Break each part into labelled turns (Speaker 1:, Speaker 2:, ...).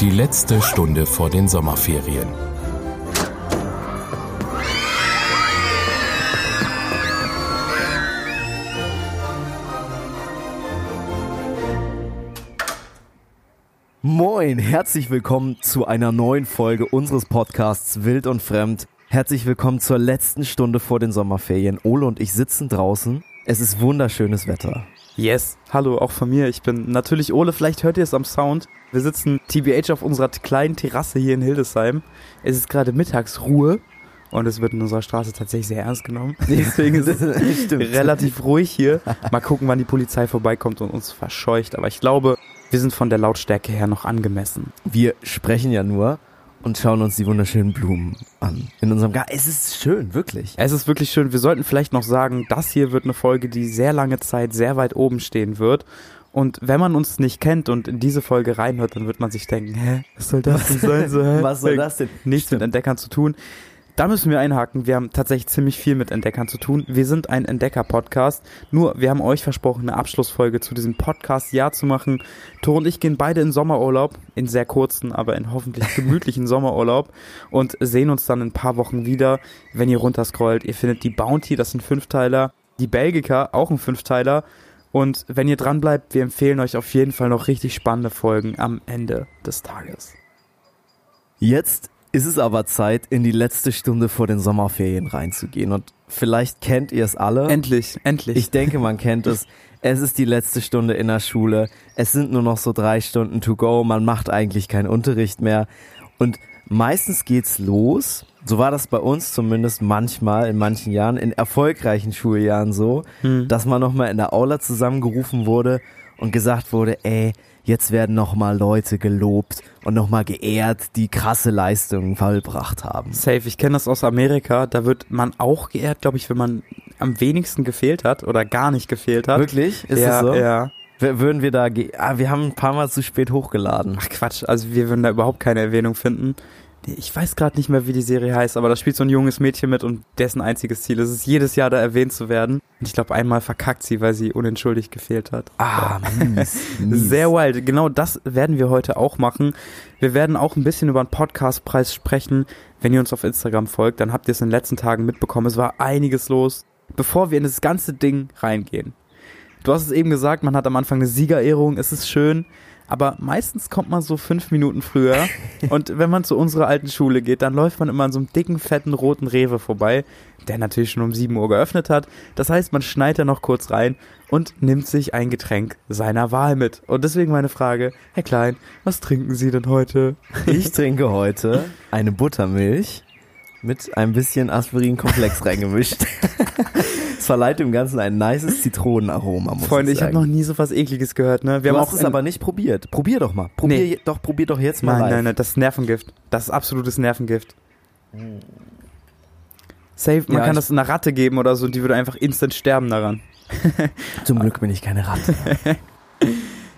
Speaker 1: Die letzte Stunde vor den Sommerferien.
Speaker 2: Moin, herzlich willkommen zu einer neuen Folge unseres Podcasts Wild und Fremd. Herzlich willkommen zur letzten Stunde vor den Sommerferien. Ole und ich sitzen draußen. Es ist wunderschönes Wetter.
Speaker 3: Yes, hallo auch von mir. Ich bin natürlich Ole, vielleicht hört ihr es am Sound. Wir sitzen TBH auf unserer kleinen Terrasse hier in Hildesheim. Es ist gerade Mittagsruhe und es wird in unserer Straße tatsächlich sehr ernst genommen. Deswegen ist es
Speaker 2: Stimmt.
Speaker 3: relativ ruhig hier. Mal gucken, wann die Polizei vorbeikommt und uns verscheucht. Aber ich glaube, wir sind von der Lautstärke her noch angemessen.
Speaker 2: Wir sprechen ja nur und schauen uns die wunderschönen Blumen an. In unserem Garten. Es ist schön, wirklich.
Speaker 3: Es ist wirklich schön. Wir sollten vielleicht noch sagen, das hier wird eine Folge, die sehr lange Zeit sehr weit oben stehen wird. Und wenn man uns nicht kennt und in diese Folge reinhört, dann wird man sich denken, hä, was soll das denn sein? So, hä?
Speaker 2: Was soll das denn?
Speaker 3: Nichts mit Entdeckern zu tun. Da müssen wir einhaken. Wir haben tatsächlich ziemlich viel mit Entdeckern zu tun. Wir sind ein Entdecker-Podcast. Nur, wir haben euch versprochen, eine Abschlussfolge zu diesem Podcast-Jahr zu machen. Tor und ich gehen beide in Sommerurlaub. In sehr kurzen, aber in hoffentlich gemütlichen Sommerurlaub. Und sehen uns dann in ein paar Wochen wieder. Wenn ihr runterscrollt, ihr findet die Bounty, das sind Fünfteiler. Die Belgica, auch ein Fünfteiler. Und wenn ihr dranbleibt, wir empfehlen euch auf jeden Fall noch richtig spannende Folgen am Ende des Tages.
Speaker 2: Jetzt ist es aber Zeit, in die letzte Stunde vor den Sommerferien reinzugehen. Und vielleicht kennt ihr es alle.
Speaker 3: Endlich, endlich.
Speaker 2: Ich denke, man kennt es. Es ist die letzte Stunde in der Schule. Es sind nur noch so drei Stunden to go. Man macht eigentlich keinen Unterricht mehr. Und meistens geht's los. So war das bei uns zumindest manchmal in manchen Jahren, in erfolgreichen Schuljahren so,
Speaker 3: Hm.
Speaker 2: dass man nochmal in der Aula zusammengerufen wurde und gesagt wurde, ey, jetzt werden nochmal Leute gelobt und nochmal geehrt, die krasse Leistungen vollbracht haben.
Speaker 3: Safe, ich kenne das aus Amerika. Da wird man auch geehrt, glaube ich, wenn man am wenigsten gefehlt hat oder gar nicht gefehlt hat.
Speaker 2: Wirklich? Ist
Speaker 3: ja,
Speaker 2: das so?
Speaker 3: Ja.
Speaker 2: W- Würden wir da, ge ah, wir haben ein paar Mal zu spät hochgeladen.
Speaker 3: Ach Quatsch, also wir würden da überhaupt keine Erwähnung finden. Ich weiß gerade nicht mehr, wie die Serie heißt, aber da spielt so ein junges Mädchen mit und dessen einziges Ziel ist es, jedes Jahr da erwähnt zu werden. Und ich glaube, einmal verkackt sie, weil sie unentschuldigt gefehlt hat.
Speaker 2: Ah, mies, mies.
Speaker 3: Sehr wild. Genau das werden wir heute auch machen. Wir werden auch ein bisschen über den Podcastpreis sprechen. Wenn ihr uns auf Instagram folgt, dann habt ihr es in den letzten Tagen mitbekommen. Es war einiges los. Bevor wir in das ganze Ding reingehen. Du hast es eben gesagt, man hat am Anfang eine Siegerehrung, es ist schön. Aber meistens kommt man so fünf Minuten früher. und wenn man zu unserer alten Schule geht, dann läuft man immer an so einem dicken, fetten, roten Rewe vorbei, der natürlich schon um 7 Uhr geöffnet hat. Das heißt, man schneit da noch kurz rein und nimmt sich ein Getränk seiner Wahl mit. Und deswegen meine Frage, Herr Klein, was trinken Sie denn heute?
Speaker 2: Ich trinke heute eine Buttermilch mit ein bisschen Aspirin-Komplex reingemischt. Es verleiht dem Ganzen ein nices Zitronenaroma, muss
Speaker 3: Freunde,
Speaker 2: ich
Speaker 3: ich
Speaker 2: sagen.
Speaker 3: habe noch nie so was Ekliges gehört, ne? Wir
Speaker 2: du
Speaker 3: haben
Speaker 2: hast
Speaker 3: auch
Speaker 2: es
Speaker 3: in-
Speaker 2: aber nicht probiert. Probier doch mal. Probier,
Speaker 3: Nee.
Speaker 2: je- doch, probier doch jetzt mal
Speaker 3: Nein,
Speaker 2: live.
Speaker 3: nein, nein, das ist Nervengift. Das ist absolutes Nervengift. Safe, man
Speaker 2: Hm. Ja,
Speaker 3: kann
Speaker 2: ich-
Speaker 3: das einer Ratte geben oder so, und die würde einfach instant sterben daran.
Speaker 2: Zum Glück bin ich keine Ratte.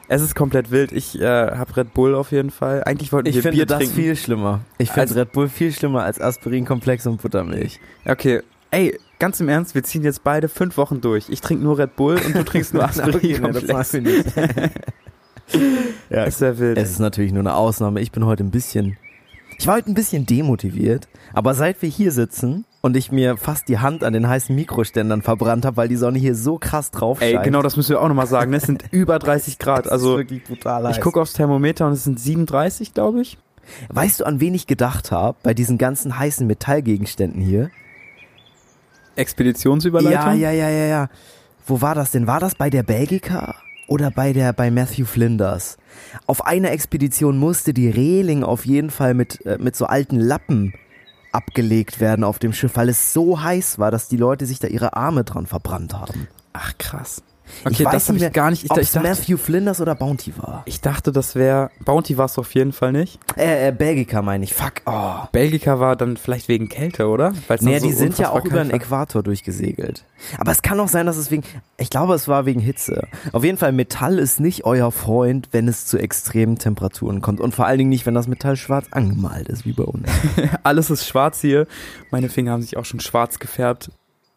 Speaker 3: Es ist komplett wild. Ich äh, hab Red Bull auf jeden Fall. Eigentlich wollten
Speaker 2: Ich
Speaker 3: wir
Speaker 2: finde
Speaker 3: Bier
Speaker 2: das
Speaker 3: trinken.
Speaker 2: viel schlimmer. Ich finde
Speaker 3: Also-
Speaker 2: Red Bull viel schlimmer als Aspirin-Komplex und Buttermilch.
Speaker 3: Okay, ey, ganz im Ernst, wir ziehen jetzt beide fünf Wochen durch. Ich trinke nur Red Bull und du trinkst nur
Speaker 2: Okay,
Speaker 3: Aspirin.
Speaker 2: ne, das
Speaker 3: Komplex.
Speaker 2: machen wir nicht. ja,
Speaker 3: ist sehr wild.
Speaker 2: Es ist natürlich nur eine Ausnahme. Ich bin heute ein bisschen, ich war heute ein bisschen demotiviert. Aber seit wir hier sitzen und ich mir fast die Hand an den heißen Mikroständern verbrannt habe, weil die Sonne hier so krass drauf
Speaker 3: ey,
Speaker 2: scheint.
Speaker 3: genau das müssen wir auch nochmal sagen. ne? Es sind über 30 Grad.
Speaker 2: Das ist
Speaker 3: Also
Speaker 2: wirklich brutal heiß.
Speaker 3: ich gucke aufs Thermometer und es sind 37, glaube ich.
Speaker 2: Weißt du, an wen ich gedacht habe bei diesen ganzen heißen Metallgegenständen hier?
Speaker 3: Expeditionsüberleitung.
Speaker 2: Ja, ja, ja, ja, ja. Wo war das denn? War das bei der Belgica oder bei der bei Matthew Flinders? Auf einer Expedition musste die Reling auf jeden Fall mit äh, mit so alten Lappen abgelegt werden auf dem Schiff, weil es so heiß war, dass die Leute sich da ihre Arme dran verbrannt haben.
Speaker 3: Ach krass. Okay, das habe ich gar nicht. Ich,
Speaker 2: ob
Speaker 3: ich, dachte,
Speaker 2: Matthew Flinders oder Bounty war.
Speaker 3: ich dachte, das wäre. Bounty war es auf jeden Fall nicht.
Speaker 2: Äh, äh Belgica meine ich. Fuck. Oh.
Speaker 3: Belgica war dann vielleicht wegen Kälte, oder? Weil's
Speaker 2: Naja,
Speaker 3: dann so
Speaker 2: die sind ja
Speaker 3: unfassbar
Speaker 2: auch über den
Speaker 3: kalt war.
Speaker 2: Äquator durchgesegelt. Aber es kann auch sein, dass es wegen, ich glaube, es war wegen Hitze. Auf jeden Fall, Metall ist nicht euer Freund, wenn es zu extremen Temperaturen kommt. Und vor allen Dingen nicht, wenn das Metall schwarz angemalt ist, wie bei uns.
Speaker 3: Alles ist schwarz hier. Meine Finger haben sich auch schon schwarz gefärbt.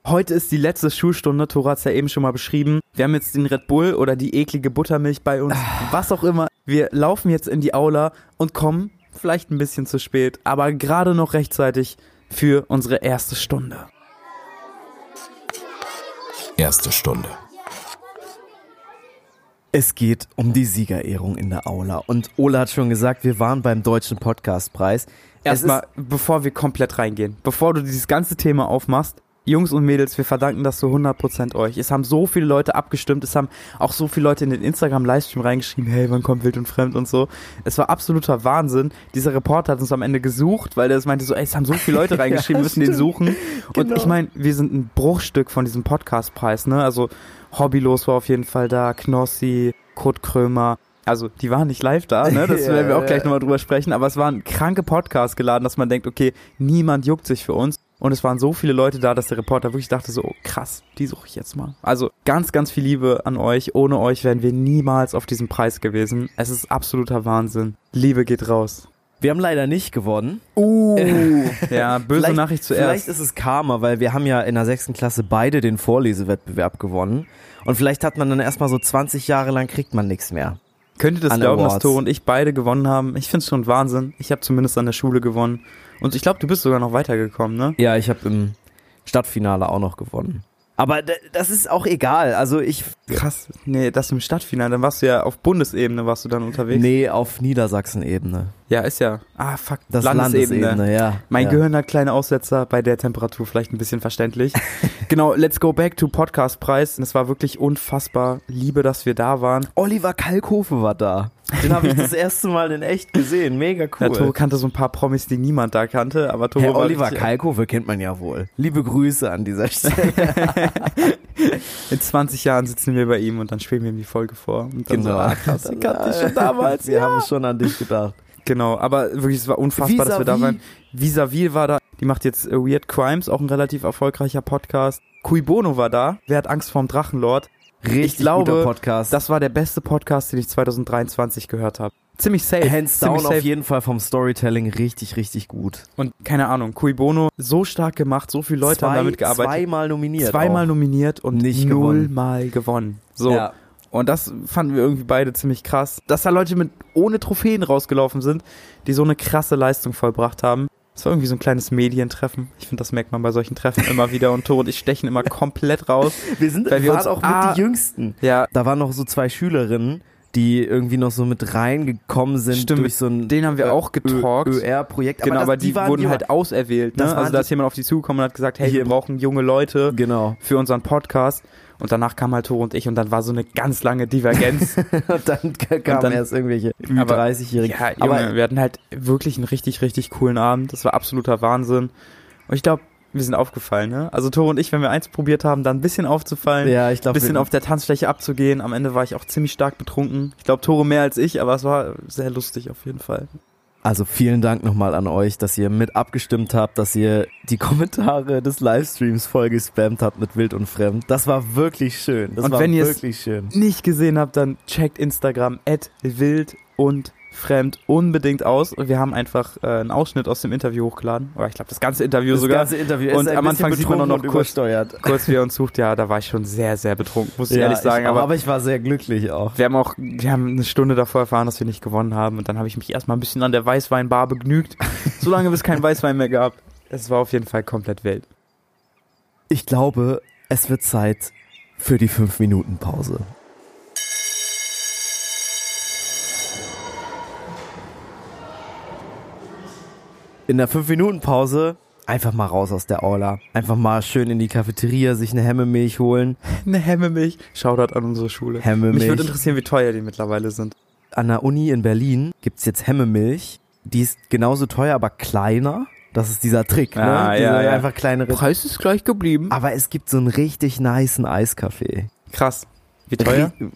Speaker 3: Heute ist die letzte Schulstunde, Tora hat es ja eben schon mal beschrieben. Wir haben jetzt den Red Bull oder die eklige Buttermilch bei uns, was auch immer. Wir laufen jetzt in die Aula und kommen vielleicht ein bisschen zu spät, aber gerade noch rechtzeitig für unsere erste Stunde.
Speaker 1: Erste Stunde.
Speaker 2: Es geht um die Siegerehrung in der Aula. Und Ola hat schon gesagt, wir waren beim Deutschen Podcastpreis. Es ist-
Speaker 3: Erstmal, bevor wir komplett reingehen, bevor du dieses ganze Thema aufmachst, Jungs und Mädels, wir verdanken das zu 100% euch. Es haben so viele Leute abgestimmt, es haben auch so viele Leute in den Instagram-Livestream reingeschrieben, hey, wann kommt Wild und Fremd und so. Es war absoluter Wahnsinn. Dieser Reporter hat uns am Ende gesucht, weil er es meinte so, ey, es haben so viele Leute reingeschrieben, wir müssen den suchen. Und
Speaker 2: Genau.
Speaker 3: ich meine, wir sind ein Bruchstück von diesem Podcastpreis, ne? Also Hobbylos war auf jeden Fall da, Knossi, Kurt Krömer. Also, die waren nicht live da, ne? Das
Speaker 2: Ja,
Speaker 3: werden wir auch gleich
Speaker 2: ja.
Speaker 3: nochmal drüber sprechen. Aber es waren kranke Podcasts geladen, dass man denkt, okay, niemand juckt sich für uns. Und es waren so viele Leute da, dass der Reporter wirklich dachte so, oh, krass, die suche ich jetzt mal. Also ganz, ganz viel Liebe an euch. Ohne euch wären wir niemals auf diesem Preis gewesen. Es ist absoluter Wahnsinn. Liebe geht raus.
Speaker 2: wir haben leider nicht gewonnen.
Speaker 3: Uh. ja, böse
Speaker 2: Vielleicht-
Speaker 3: Nachricht
Speaker 2: Vielleicht
Speaker 3: zuerst.
Speaker 2: ist es Karma, weil wir haben ja in der sechsten Klasse beide den Vorlesewettbewerb gewonnen. Und vielleicht hat man dann erstmal so 20 Jahre lang kriegt man nichts mehr.
Speaker 3: Könnt ihr das
Speaker 2: an
Speaker 3: glauben, dass
Speaker 2: Awards.
Speaker 3: Tore und ich beide gewonnen haben? Ich find's schon Wahnsinn. Ich habe zumindest an der Schule gewonnen. Und ich glaube, du bist sogar noch weitergekommen, ne?
Speaker 2: Ja, ich habe im Stadtfinale auch noch gewonnen. Aber d- das ist auch egal. Also ich,
Speaker 3: Krass. Nee, das im Stadtfinale. Dann warst du ja auf Bundesebene warst du dann unterwegs.
Speaker 2: nee, auf Niedersachsen-Ebene.
Speaker 3: Ja, ist ja. Ah, fuck.
Speaker 2: Das
Speaker 3: Landesebene.
Speaker 2: Landesebene, ja.
Speaker 3: Mein
Speaker 2: ja.
Speaker 3: Gehirn hat kleine Aussetzer, bei der Temperatur vielleicht ein bisschen verständlich. genau, let's go back to Podcastpreis. Und es war wirklich unfassbar. Liebe, dass wir da waren.
Speaker 2: Oliver Kalkofe war da. Den habe ich das erste Mal in echt gesehen. Mega
Speaker 3: Ja, Toro
Speaker 2: cool.
Speaker 3: kannte so ein paar Promis, die niemand da kannte, aber Toro
Speaker 2: Herr
Speaker 3: war
Speaker 2: Oliver
Speaker 3: richtig-
Speaker 2: Kalkofe kennt man ja wohl. Liebe Grüße an dieser Stelle.
Speaker 3: in 20 Jahren sitzen wir bei ihm und dann spielen wir ihm die Folge vor.
Speaker 2: Genau.
Speaker 3: Und dann So, ah, krass, ich kannte dich schon damals.
Speaker 2: Wir haben schon an dich gedacht.
Speaker 3: Genau, aber wirklich, es war unfassbar, dass wir da
Speaker 2: Vis-à-vis.
Speaker 3: waren. Vis-a-vis war da. Die macht jetzt äh, Weird Crimes, auch ein relativ erfolgreicher Podcast. Cui Bono war da. Wer hat Angst vorm Drachenlord?
Speaker 2: Richtig
Speaker 3: glaube,
Speaker 2: guter Podcast.
Speaker 3: Das war der beste Podcast, den ich 2023 gehört habe. Ziemlich safe.
Speaker 2: Hands
Speaker 3: ziemlich
Speaker 2: down
Speaker 3: safe.
Speaker 2: auf jeden Fall vom Storytelling richtig, richtig gut.
Speaker 3: Und keine Ahnung, Cui Bono so stark gemacht, so viele Leute haben damit gearbeitet.
Speaker 2: Zweimal nominiert.
Speaker 3: zweimal nominiert und
Speaker 2: Nicht gewonnen.
Speaker 3: nullmal gewonnen.
Speaker 2: auch.
Speaker 3: So.
Speaker 2: Ja.
Speaker 3: Und das fanden wir irgendwie beide ziemlich krass, dass da Leute mit ohne Trophäen rausgelaufen sind, die so eine krasse Leistung vollbracht haben. Es war irgendwie so ein kleines Medientreffen. Ich finde, das merkt man bei solchen Treffen immer wieder. Und Tore und ich stechen immer komplett raus.
Speaker 2: Wir sind
Speaker 3: Weil wir
Speaker 2: waren
Speaker 3: uns-
Speaker 2: auch mit
Speaker 3: ah.
Speaker 2: die Jüngsten.
Speaker 3: Ja,
Speaker 2: Da waren noch so zwei Schülerinnen, die irgendwie noch so mit reingekommen sind
Speaker 3: Stimmt,
Speaker 2: durch so ein
Speaker 3: den haben wir auch getalkt.
Speaker 2: ÖR-Projekt.
Speaker 3: genau,
Speaker 2: das-
Speaker 3: aber die,
Speaker 2: waren
Speaker 3: wurden
Speaker 2: jemand-
Speaker 3: halt auserwählt.
Speaker 2: Das
Speaker 3: Ne?
Speaker 2: waren
Speaker 3: Also da ist
Speaker 2: die-
Speaker 3: jemand auf die zugekommen und hat gesagt, hey, wir
Speaker 2: Hier.
Speaker 3: brauchen junge Leute
Speaker 2: Genau.
Speaker 3: für unseren Podcast. Und danach kam halt Tore und ich und dann war so eine ganz lange Divergenz.
Speaker 2: Und dann kamen
Speaker 3: dann-
Speaker 2: erst irgendwelche
Speaker 3: Aber-
Speaker 2: 30-Jährigen.
Speaker 3: Ja, Junge,
Speaker 2: aber
Speaker 3: wir hatten halt wirklich einen richtig, richtig coolen Abend. Das war absoluter Wahnsinn. Und ich glaube, wir sind aufgefallen, ne? Also Tore und ich, wenn wir eins probiert haben, dann ein bisschen aufzufallen,
Speaker 2: ja, ich
Speaker 3: ein
Speaker 2: glaube,
Speaker 3: bisschen auf der Tanzfläche abzugehen. Am Ende war ich auch ziemlich stark betrunken. Ich glaube, Tore mehr als ich, aber es war sehr lustig auf jeden Fall.
Speaker 2: Also vielen Dank nochmal an euch, dass ihr mit abgestimmt habt, dass ihr die Kommentare des Livestreams voll gespammt habt mit Wild und Fremd. Das war wirklich schön. Das
Speaker 3: Und
Speaker 2: war
Speaker 3: wenn ihr es-
Speaker 2: wirklich schön.
Speaker 3: Nicht gesehen habt, dann checkt Instagram at wild und fremd unbedingt aus. Und wir haben einfach äh, einen Ausschnitt aus dem Interview hochgeladen. Oder ich glaube, das ganze Interview sogar.
Speaker 2: Das ganze Interview ist
Speaker 3: Und
Speaker 2: ein
Speaker 3: am
Speaker 2: bisschen
Speaker 3: Anfang sieht man auch noch
Speaker 2: betrunken und
Speaker 3: kurz-
Speaker 2: übersteuert.
Speaker 3: Kurz wie er uns sucht, ja, da war ich schon sehr, sehr betrunken, muss ich
Speaker 2: Ja,
Speaker 3: ehrlich sagen.
Speaker 2: ich,
Speaker 3: aber,
Speaker 2: aber, aber ich war sehr glücklich auch.
Speaker 3: Wir haben auch, wir haben eine Stunde davor erfahren, dass wir nicht gewonnen haben. Und dann habe ich mich erstmal ein bisschen an der Weißweinbar begnügt. Solange bis kein Weißwein mehr gab. Es war auf jeden Fall komplett wild.
Speaker 2: Ich glaube, es wird Zeit für die 5-Minuten-Pause. In der 5-Minuten-Pause einfach mal raus aus der Aula. Einfach mal schön in die Cafeteria, sich eine Hemmemilch holen.
Speaker 3: Eine Hemmemilch. Shoutout an unsere Schule. Mich würde
Speaker 2: Hemmemilch.
Speaker 3: interessieren, wie teuer die mittlerweile sind.
Speaker 2: An der Uni in Berlin gibt's jetzt Hemmemilch. Die ist genauso teuer, aber kleiner. Das ist dieser Trick, ne?
Speaker 3: Ah,
Speaker 2: Diese
Speaker 3: ja, ja.
Speaker 2: einfach kleinere
Speaker 3: Ah, Preis ist gleich geblieben.
Speaker 2: Aber es gibt so einen richtig nicen Eiskaffee.
Speaker 3: Krass. Wie teuer?
Speaker 2: Rie-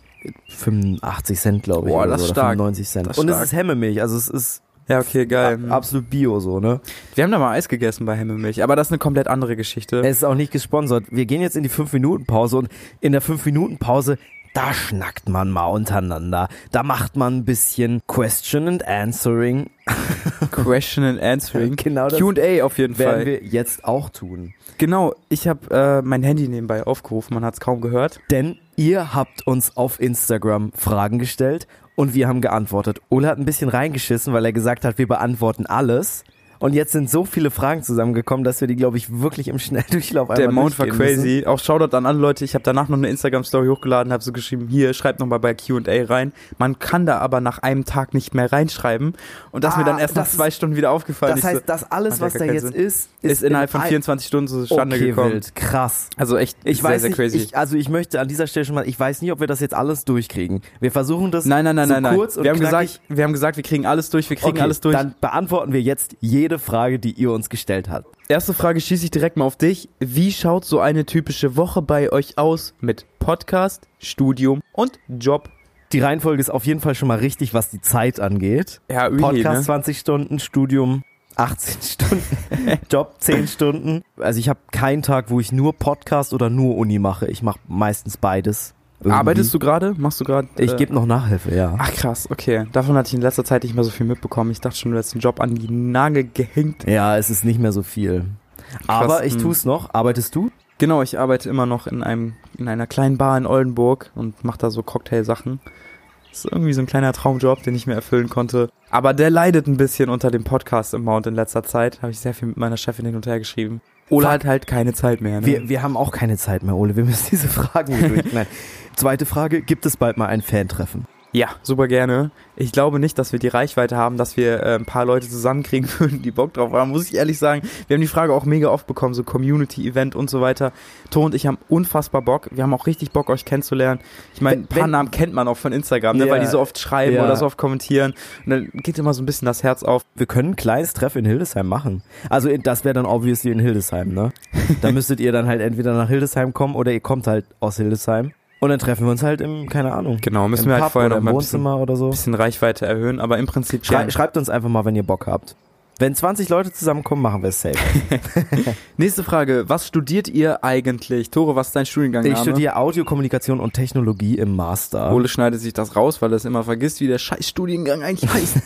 Speaker 2: 85 Cent, glaube ich.
Speaker 3: Boah,
Speaker 2: oder
Speaker 3: das
Speaker 2: so,
Speaker 3: ist
Speaker 2: oder
Speaker 3: stark.
Speaker 2: 95 Cent.
Speaker 3: Das ist
Speaker 2: Und es
Speaker 3: stark.
Speaker 2: ist Hemmemilch, also es ist
Speaker 3: Ja, okay, geil.
Speaker 2: a- absolut bio so, ne?
Speaker 3: Wir haben da mal Eis gegessen bei Hemmemilch, aber das ist eine komplett andere Geschichte.
Speaker 2: Es ist auch nicht gesponsert. Wir gehen jetzt in die 5-Minuten-Pause und in der 5-Minuten-Pause, da schnackt man mal untereinander. Da macht man ein bisschen Question and Answering.
Speaker 3: Question and Answering.
Speaker 2: Genau das
Speaker 3: Q&A auf jeden
Speaker 2: werden
Speaker 3: Fall.
Speaker 2: wir jetzt auch tun.
Speaker 3: Genau, ich habe äh, mein Handy nebenbei aufgerufen, man hat es kaum gehört.
Speaker 2: Denn ihr habt uns auf Instagram Fragen gestellt und wir haben geantwortet. Ole hat ein bisschen reingeschissen, weil er gesagt hat, wir beantworten alles. Und jetzt sind so viele Fragen zusammengekommen, dass wir die, glaube ich, wirklich im Schnelldurchlauf
Speaker 3: Der
Speaker 2: einmal
Speaker 3: Mount war
Speaker 2: durchgehen müssen.
Speaker 3: crazy. Auch Shoutout an alle Leute. Ich habe danach noch eine Instagram-Story hochgeladen, habe so geschrieben, hier, schreibt nochmal bei Q&A rein. Man kann da aber nach einem Tag nicht mehr reinschreiben. Und das ist mir
Speaker 2: Ah,
Speaker 3: dann erst nach
Speaker 2: das
Speaker 3: zwei Stunden wieder aufgefallen.
Speaker 2: Das
Speaker 3: Ich
Speaker 2: heißt, das alles,
Speaker 3: macht ja
Speaker 2: was da
Speaker 3: gar keinen
Speaker 2: jetzt
Speaker 3: Sinn.
Speaker 2: ist,
Speaker 3: so, ist innerhalb von
Speaker 2: in ein-
Speaker 3: 24 Stunden zustande
Speaker 2: okay,
Speaker 3: gekommen.
Speaker 2: Wild. Krass.
Speaker 3: Also echt
Speaker 2: Ich
Speaker 3: sehr,
Speaker 2: weiß
Speaker 3: sehr
Speaker 2: nicht,
Speaker 3: crazy.
Speaker 2: Ich, also ich möchte an dieser Stelle schon mal, ich weiß nicht, ob wir das jetzt alles durchkriegen. Wir versuchen das
Speaker 3: nein, nein, nein,
Speaker 2: so
Speaker 3: nein, nein.
Speaker 2: kurz und
Speaker 3: wir, haben
Speaker 2: knackig.
Speaker 3: gesagt, wir haben gesagt, wir kriegen alles durch, wir kriegen
Speaker 2: okay,
Speaker 3: alles durch.
Speaker 2: Dann beantworten wir jetzt jede Frage, die ihr uns gestellt habt.
Speaker 3: Erste Frage schieße ich direkt mal auf dich. Wie schaut so eine typische Woche bei euch aus mit Podcast, Studium und Job?
Speaker 2: Die Reihenfolge ist auf jeden Fall schon mal richtig, was die Zeit angeht.
Speaker 3: Ja, ne?
Speaker 2: Podcast 20 Stunden, Studium 18 Stunden, Job 10 Stunden. Also ich habe keinen Tag, wo ich nur Podcast oder nur Uni mache. Ich mache meistens beides. Irgendwie.
Speaker 3: Arbeitest du gerade? Machst du gerade? äh,
Speaker 2: Ich gebe noch Nachhilfe, ja.
Speaker 3: Ach krass, okay. Davon hatte ich in letzter Zeit nicht mehr so viel mitbekommen. Ich dachte schon, du hättest den Job an die Nagel gehängt.
Speaker 2: Ja, es ist nicht mehr so viel. Aber ich
Speaker 3: hm.
Speaker 2: tue es noch. Arbeitest du?
Speaker 3: Genau, ich arbeite immer noch in einem in einer kleinen Bar in Oldenburg und mache da so Cocktailsachen. Ist irgendwie so ein kleiner Traumjob, den ich mir erfüllen konnte. Aber der leidet ein bisschen unter dem Podcast im Mount in letzter Zeit. Habe ich sehr viel mit meiner Chefin hin und her geschrieben. Ola
Speaker 2: Fuck.
Speaker 3: hat halt keine Zeit mehr. Ne?
Speaker 2: Wir, wir haben auch keine Zeit mehr, Ole. Wir müssen diese Fragen hier durch. Nein. Zweite Frage, gibt es bald mal ein Fan-Treffen?
Speaker 3: ja, super gerne. Ich glaube nicht, dass wir die Reichweite haben, dass wir äh, ein paar Leute zusammenkriegen würden, die Bock drauf haben, muss ich ehrlich sagen. Wir haben die Frage auch mega oft bekommen, so Community-Event und so weiter. Tor und ich haben unfassbar Bock. Wir haben auch richtig Bock, euch kennenzulernen. Ich meine, ein
Speaker 2: Wenn-
Speaker 3: paar
Speaker 2: wenn-
Speaker 3: Namen kennt man auch von Instagram, ne,
Speaker 2: Ja.
Speaker 3: weil die so oft schreiben
Speaker 2: Ja.
Speaker 3: oder so oft kommentieren. Und dann geht immer so ein bisschen das Herz auf.
Speaker 2: Wir können ein kleines Treffen in Hildesheim machen. Also in- das wäre dann obviously in Hildesheim, ne? Da müsstet ihr dann halt entweder nach Hildesheim kommen oder ihr kommt halt aus Hildesheim. Und dann treffen wir uns halt im, keine Ahnung,
Speaker 3: Genau, müssen
Speaker 2: im
Speaker 3: wir halt
Speaker 2: Pub
Speaker 3: vorher
Speaker 2: oder
Speaker 3: noch
Speaker 2: im
Speaker 3: mal ein bisschen,
Speaker 2: Wohnzimmer oder so.
Speaker 3: bisschen Reichweite erhöhen, aber im Prinzip
Speaker 2: Schrei
Speaker 3: gerne.
Speaker 2: schreibt uns einfach mal, wenn ihr Bock habt. Wenn 20 Leute zusammenkommen, machen wir es safe.
Speaker 3: Nächste Frage. Was studiert ihr eigentlich? Tore, was ist dein Studiengang?
Speaker 2: Ich studiere Audiokommunikation und Technologie im Master.
Speaker 3: Ole schneidet sich das raus, weil er es immer vergisst, wie der scheiß Studiengang eigentlich heißt.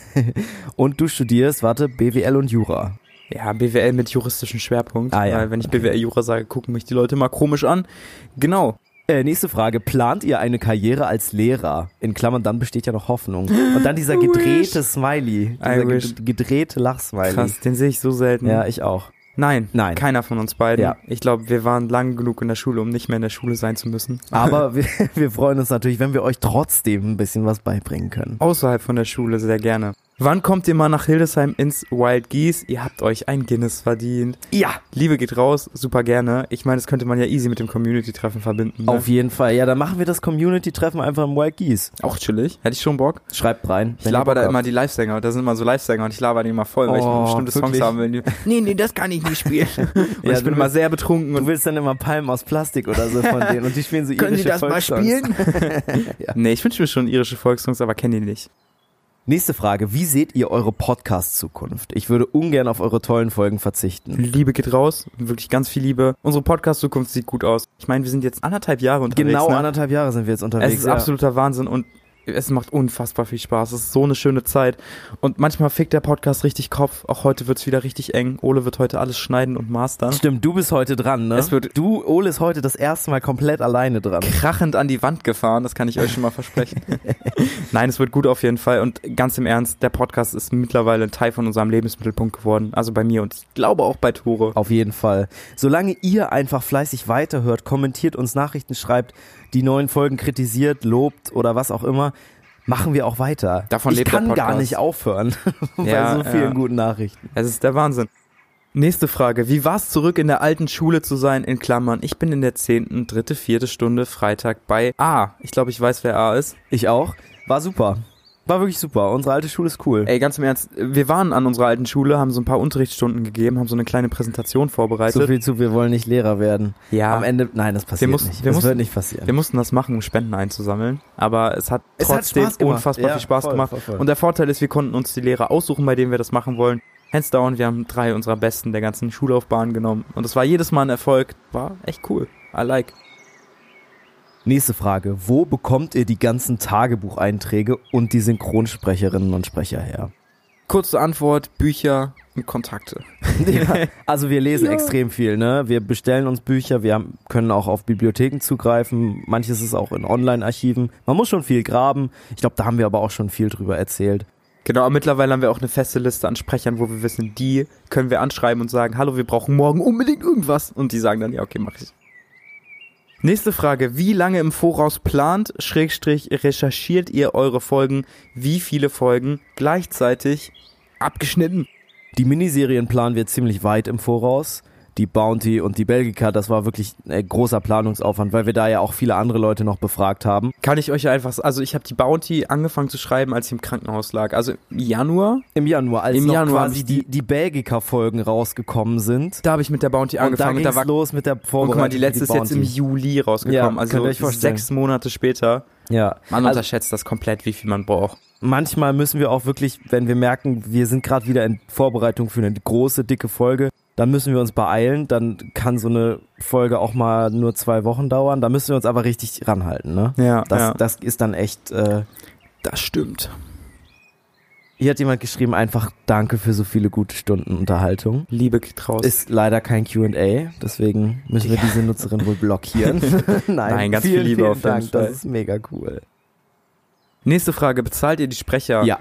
Speaker 2: Und du studierst, warte, BWL und Jura.
Speaker 3: Ja, BWL mit juristischem Schwerpunkt.
Speaker 2: Ah, ja.
Speaker 3: Weil wenn ich BWL-Jura sage, gucken mich die Leute mal komisch an. Genau.
Speaker 2: Äh, nächste Frage. Plant ihr eine Karriere als Lehrer? In Klammern, dann besteht ja noch Hoffnung. Und dann dieser gedrehte Smiley. Dieser ge-
Speaker 3: wish.
Speaker 2: gedrehte Lachsmiley.
Speaker 3: Krass, den sehe ich so selten.
Speaker 2: Ja, ich auch.
Speaker 3: Nein,
Speaker 2: Nein.
Speaker 3: keiner von uns beiden.
Speaker 2: Ja.
Speaker 3: Ich glaube, wir waren lang genug in der Schule, um nicht mehr in der Schule sein zu müssen.
Speaker 2: Aber wir, wir freuen uns natürlich, wenn wir euch trotzdem ein bisschen was beibringen können.
Speaker 3: Außerhalb von der Schule sehr gerne. Wann kommt ihr mal nach Hildesheim ins Wild Geese? Ihr habt euch ein Guinness verdient.
Speaker 2: Ja,
Speaker 3: Liebe geht raus, super gerne. Ich meine, das könnte man ja easy mit dem Community-Treffen verbinden. Ne?
Speaker 2: auf jeden Fall. Ja, dann machen wir das Community-Treffen einfach im Wild Geese.
Speaker 3: Auch chillig. Hätte ich schon Bock.
Speaker 2: Schreibt rein.
Speaker 3: Ich laber da immer die Live-Sänger. Da sind immer so Live-Sänger und ich laber die immer voll, weil ich
Speaker 2: Oh,
Speaker 3: bestimmte Songs
Speaker 2: wirklich?
Speaker 3: haben will. Die- Nee, nee, das kann ich nicht spielen. und
Speaker 2: Ja,
Speaker 3: ich bin
Speaker 2: du
Speaker 3: immer
Speaker 2: bist-
Speaker 3: sehr betrunken
Speaker 2: Du
Speaker 3: und
Speaker 2: willst dann immer Palmen aus Plastik oder so von denen und die spielen so irische Volkssongs.
Speaker 3: Nee, ich wünsche mir schon irische Volkssongs, aber kenne die nicht.
Speaker 2: Nächste Frage. Wie seht ihr eure Podcast-Zukunft? Ich würde ungern auf eure tollen Folgen verzichten.
Speaker 3: Liebe geht raus, wirklich ganz viel Liebe. Unsere Podcast-Zukunft sieht gut aus. Ich meine, wir sind jetzt anderthalb Jahre unterwegs.
Speaker 2: Genau
Speaker 3: ne?
Speaker 2: anderthalb Jahre sind wir jetzt unterwegs.
Speaker 3: Es ist
Speaker 2: ja.
Speaker 3: absoluter Wahnsinn und es macht unfassbar viel Spaß. Es ist so eine schöne Zeit. Und manchmal fickt der Podcast richtig Kopf. Auch heute wird's wieder richtig eng. Ole wird heute alles schneiden und mastern.
Speaker 2: Stimmt, du bist heute dran, ne?
Speaker 3: Es wird-
Speaker 2: du, Ole, ist heute das erste Mal komplett alleine dran.
Speaker 3: krachend an die Wand gefahren, das kann ich euch schon mal versprechen. Nein, es wird gut auf jeden Fall und ganz im Ernst, der Podcast ist mittlerweile ein Teil von unserem Lebensmittelpunkt geworden, also bei mir und ich glaube auch bei Tore.
Speaker 2: Auf jeden Fall. Solange ihr einfach fleißig weiterhört, kommentiert, uns Nachrichten schreibt, die neuen Folgen kritisiert, lobt oder was auch immer, machen wir auch weiter.
Speaker 3: Davon
Speaker 2: ich
Speaker 3: lebt der
Speaker 2: kann gar
Speaker 3: Podcast.
Speaker 2: nicht aufhören bei
Speaker 3: Ja,
Speaker 2: so vielen
Speaker 3: ja.
Speaker 2: guten Nachrichten.
Speaker 3: Es ist der Wahnsinn. Nächste Frage, wie war's zurück in der alten Schule zu sein in Klammern? Ich bin in der zehnten, dritte, vierte Stunde Freitag bei A. Ich glaube, ich weiß, wer A ist.
Speaker 2: Ich auch. War super. War wirklich super. Unsere alte Schule ist cool.
Speaker 3: Ey, ganz im Ernst, wir waren an unserer alten Schule, haben so ein paar Unterrichtsstunden gegeben, haben so eine kleine Präsentation
Speaker 2: so
Speaker 3: vorbereitet.
Speaker 2: viel zu, wir wollen nicht Lehrer werden.
Speaker 3: ja,
Speaker 2: Am Ende, nein, das passiert
Speaker 3: mussten-
Speaker 2: nicht.
Speaker 3: Ah. wir
Speaker 2: Das
Speaker 3: mussten-
Speaker 2: wird nicht passieren.
Speaker 3: wir mussten das machen, um Spenden einzusammeln, aber es hat
Speaker 2: Es hat
Speaker 3: trotzdem
Speaker 2: Spaß gemacht.
Speaker 3: unfassbar
Speaker 2: Ja,
Speaker 3: viel Spaß
Speaker 2: voll,
Speaker 3: gemacht.
Speaker 2: voll, voll.
Speaker 3: Und der Vorteil ist, wir konnten uns die Lehrer aussuchen, bei denen wir das machen wollen. Hands down, wir haben drei unserer besten der ganzen Schullaufbahn genommen und es war jedes Mal ein Erfolg. War echt cool. I like.
Speaker 2: Nächste Frage. Wo bekommt ihr die ganzen Tagebucheinträge und die Synchronsprecherinnen und Sprecher her?
Speaker 3: Kurze Antwort, Bücher und Kontakte.
Speaker 2: Ja, also wir lesen extrem viel, ne? Wir bestellen uns Bücher, wir haben, können auch auf Bibliotheken zugreifen, manches ist auch in Online-Archiven. Man muss schon viel graben. Ich glaube, da haben wir aber auch schon viel drüber erzählt.
Speaker 3: Genau, aber mittlerweile haben wir auch eine feste Liste an Sprechern, wo wir wissen, die können wir anschreiben und sagen, hallo, wir brauchen morgen unbedingt irgendwas. Und die sagen dann, ja, okay, mach ich. Nächste Frage. Wie lange im Voraus plant, Schrägstrich, recherchiert ihr eure Folgen? Wie viele Folgen gleichzeitig abgeschnitten?
Speaker 2: Die Miniserien planen wir ziemlich weit im Voraus. Die Bounty und die Belgica, das war wirklich äh, großer Planungsaufwand, weil wir da ja auch viele andere Leute noch befragt haben.
Speaker 3: Kann ich euch einfach, also ich habe die Bounty angefangen zu schreiben, als ich im Krankenhaus lag. Also im Januar,
Speaker 2: Im Januar, als
Speaker 3: Im
Speaker 2: noch
Speaker 3: Januar hab
Speaker 2: quasi
Speaker 3: ich
Speaker 2: die, die Belgica-Folgen rausgekommen sind.
Speaker 3: da habe ich mit der Bounty
Speaker 2: und
Speaker 3: angefangen und
Speaker 2: da
Speaker 3: da
Speaker 2: ging's
Speaker 3: war
Speaker 2: los mit der
Speaker 3: und guck
Speaker 2: Vorbereitung.
Speaker 3: mal, die letzte ist
Speaker 2: für die
Speaker 3: jetzt im Juli rausgekommen,
Speaker 2: Ja, könnt ihr euch
Speaker 3: also
Speaker 2: vorstellen.
Speaker 3: sechs Monate später.
Speaker 2: Bounty. Ja.
Speaker 3: Man
Speaker 2: Also
Speaker 3: unterschätzt das komplett, wie viel man braucht.
Speaker 2: manchmal müssen wir auch wirklich, wenn wir merken, wir sind gerade wieder in Vorbereitung für eine große, dicke Folge, dann müssen wir uns beeilen. Dann kann so eine Folge auch mal nur zwei Wochen dauern. Da müssen wir uns aber richtig ranhalten. Ne?
Speaker 3: Ja,
Speaker 2: Das, das ist dann echt. Äh,
Speaker 3: das stimmt.
Speaker 2: hier hat jemand geschrieben, einfach danke für so viele gute Stunden Unterhaltung.
Speaker 3: Liebe geht raus.
Speaker 2: Ist leider kein QA, deswegen müssen wir diese Nutzerin wohl blockieren. Nein,
Speaker 3: Nein, ganz viel
Speaker 2: vielen,
Speaker 3: Liebe
Speaker 2: vielen
Speaker 3: auf jeden
Speaker 2: Dank.
Speaker 3: Fall.
Speaker 2: Das ist mega cool.
Speaker 3: Nächste Frage, bezahlt ihr die Sprecher?
Speaker 2: Ja.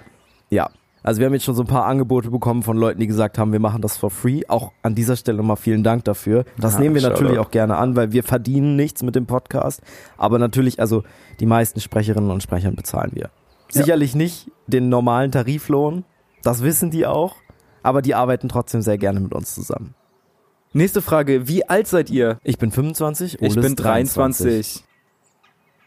Speaker 2: Ja. Also wir haben jetzt schon so ein paar Angebote bekommen von Leuten, die gesagt haben, wir machen das for free. Auch an dieser Stelle mal vielen Dank dafür. Das
Speaker 3: Ja,
Speaker 2: nehmen wir
Speaker 3: Shoutout.
Speaker 2: natürlich auch gerne an, weil wir verdienen nichts mit dem Podcast. Aber natürlich, also die meisten Sprecherinnen und Sprechern bezahlen wir. Sicherlich nicht den normalen Tariflohn, das wissen die auch, aber die arbeiten trotzdem sehr gerne mit uns zusammen.
Speaker 3: Nächste Frage, wie alt seid ihr?
Speaker 2: Ich bin 25,
Speaker 3: Ich
Speaker 2: Ole
Speaker 3: bin
Speaker 2: ist 23.
Speaker 3: 23.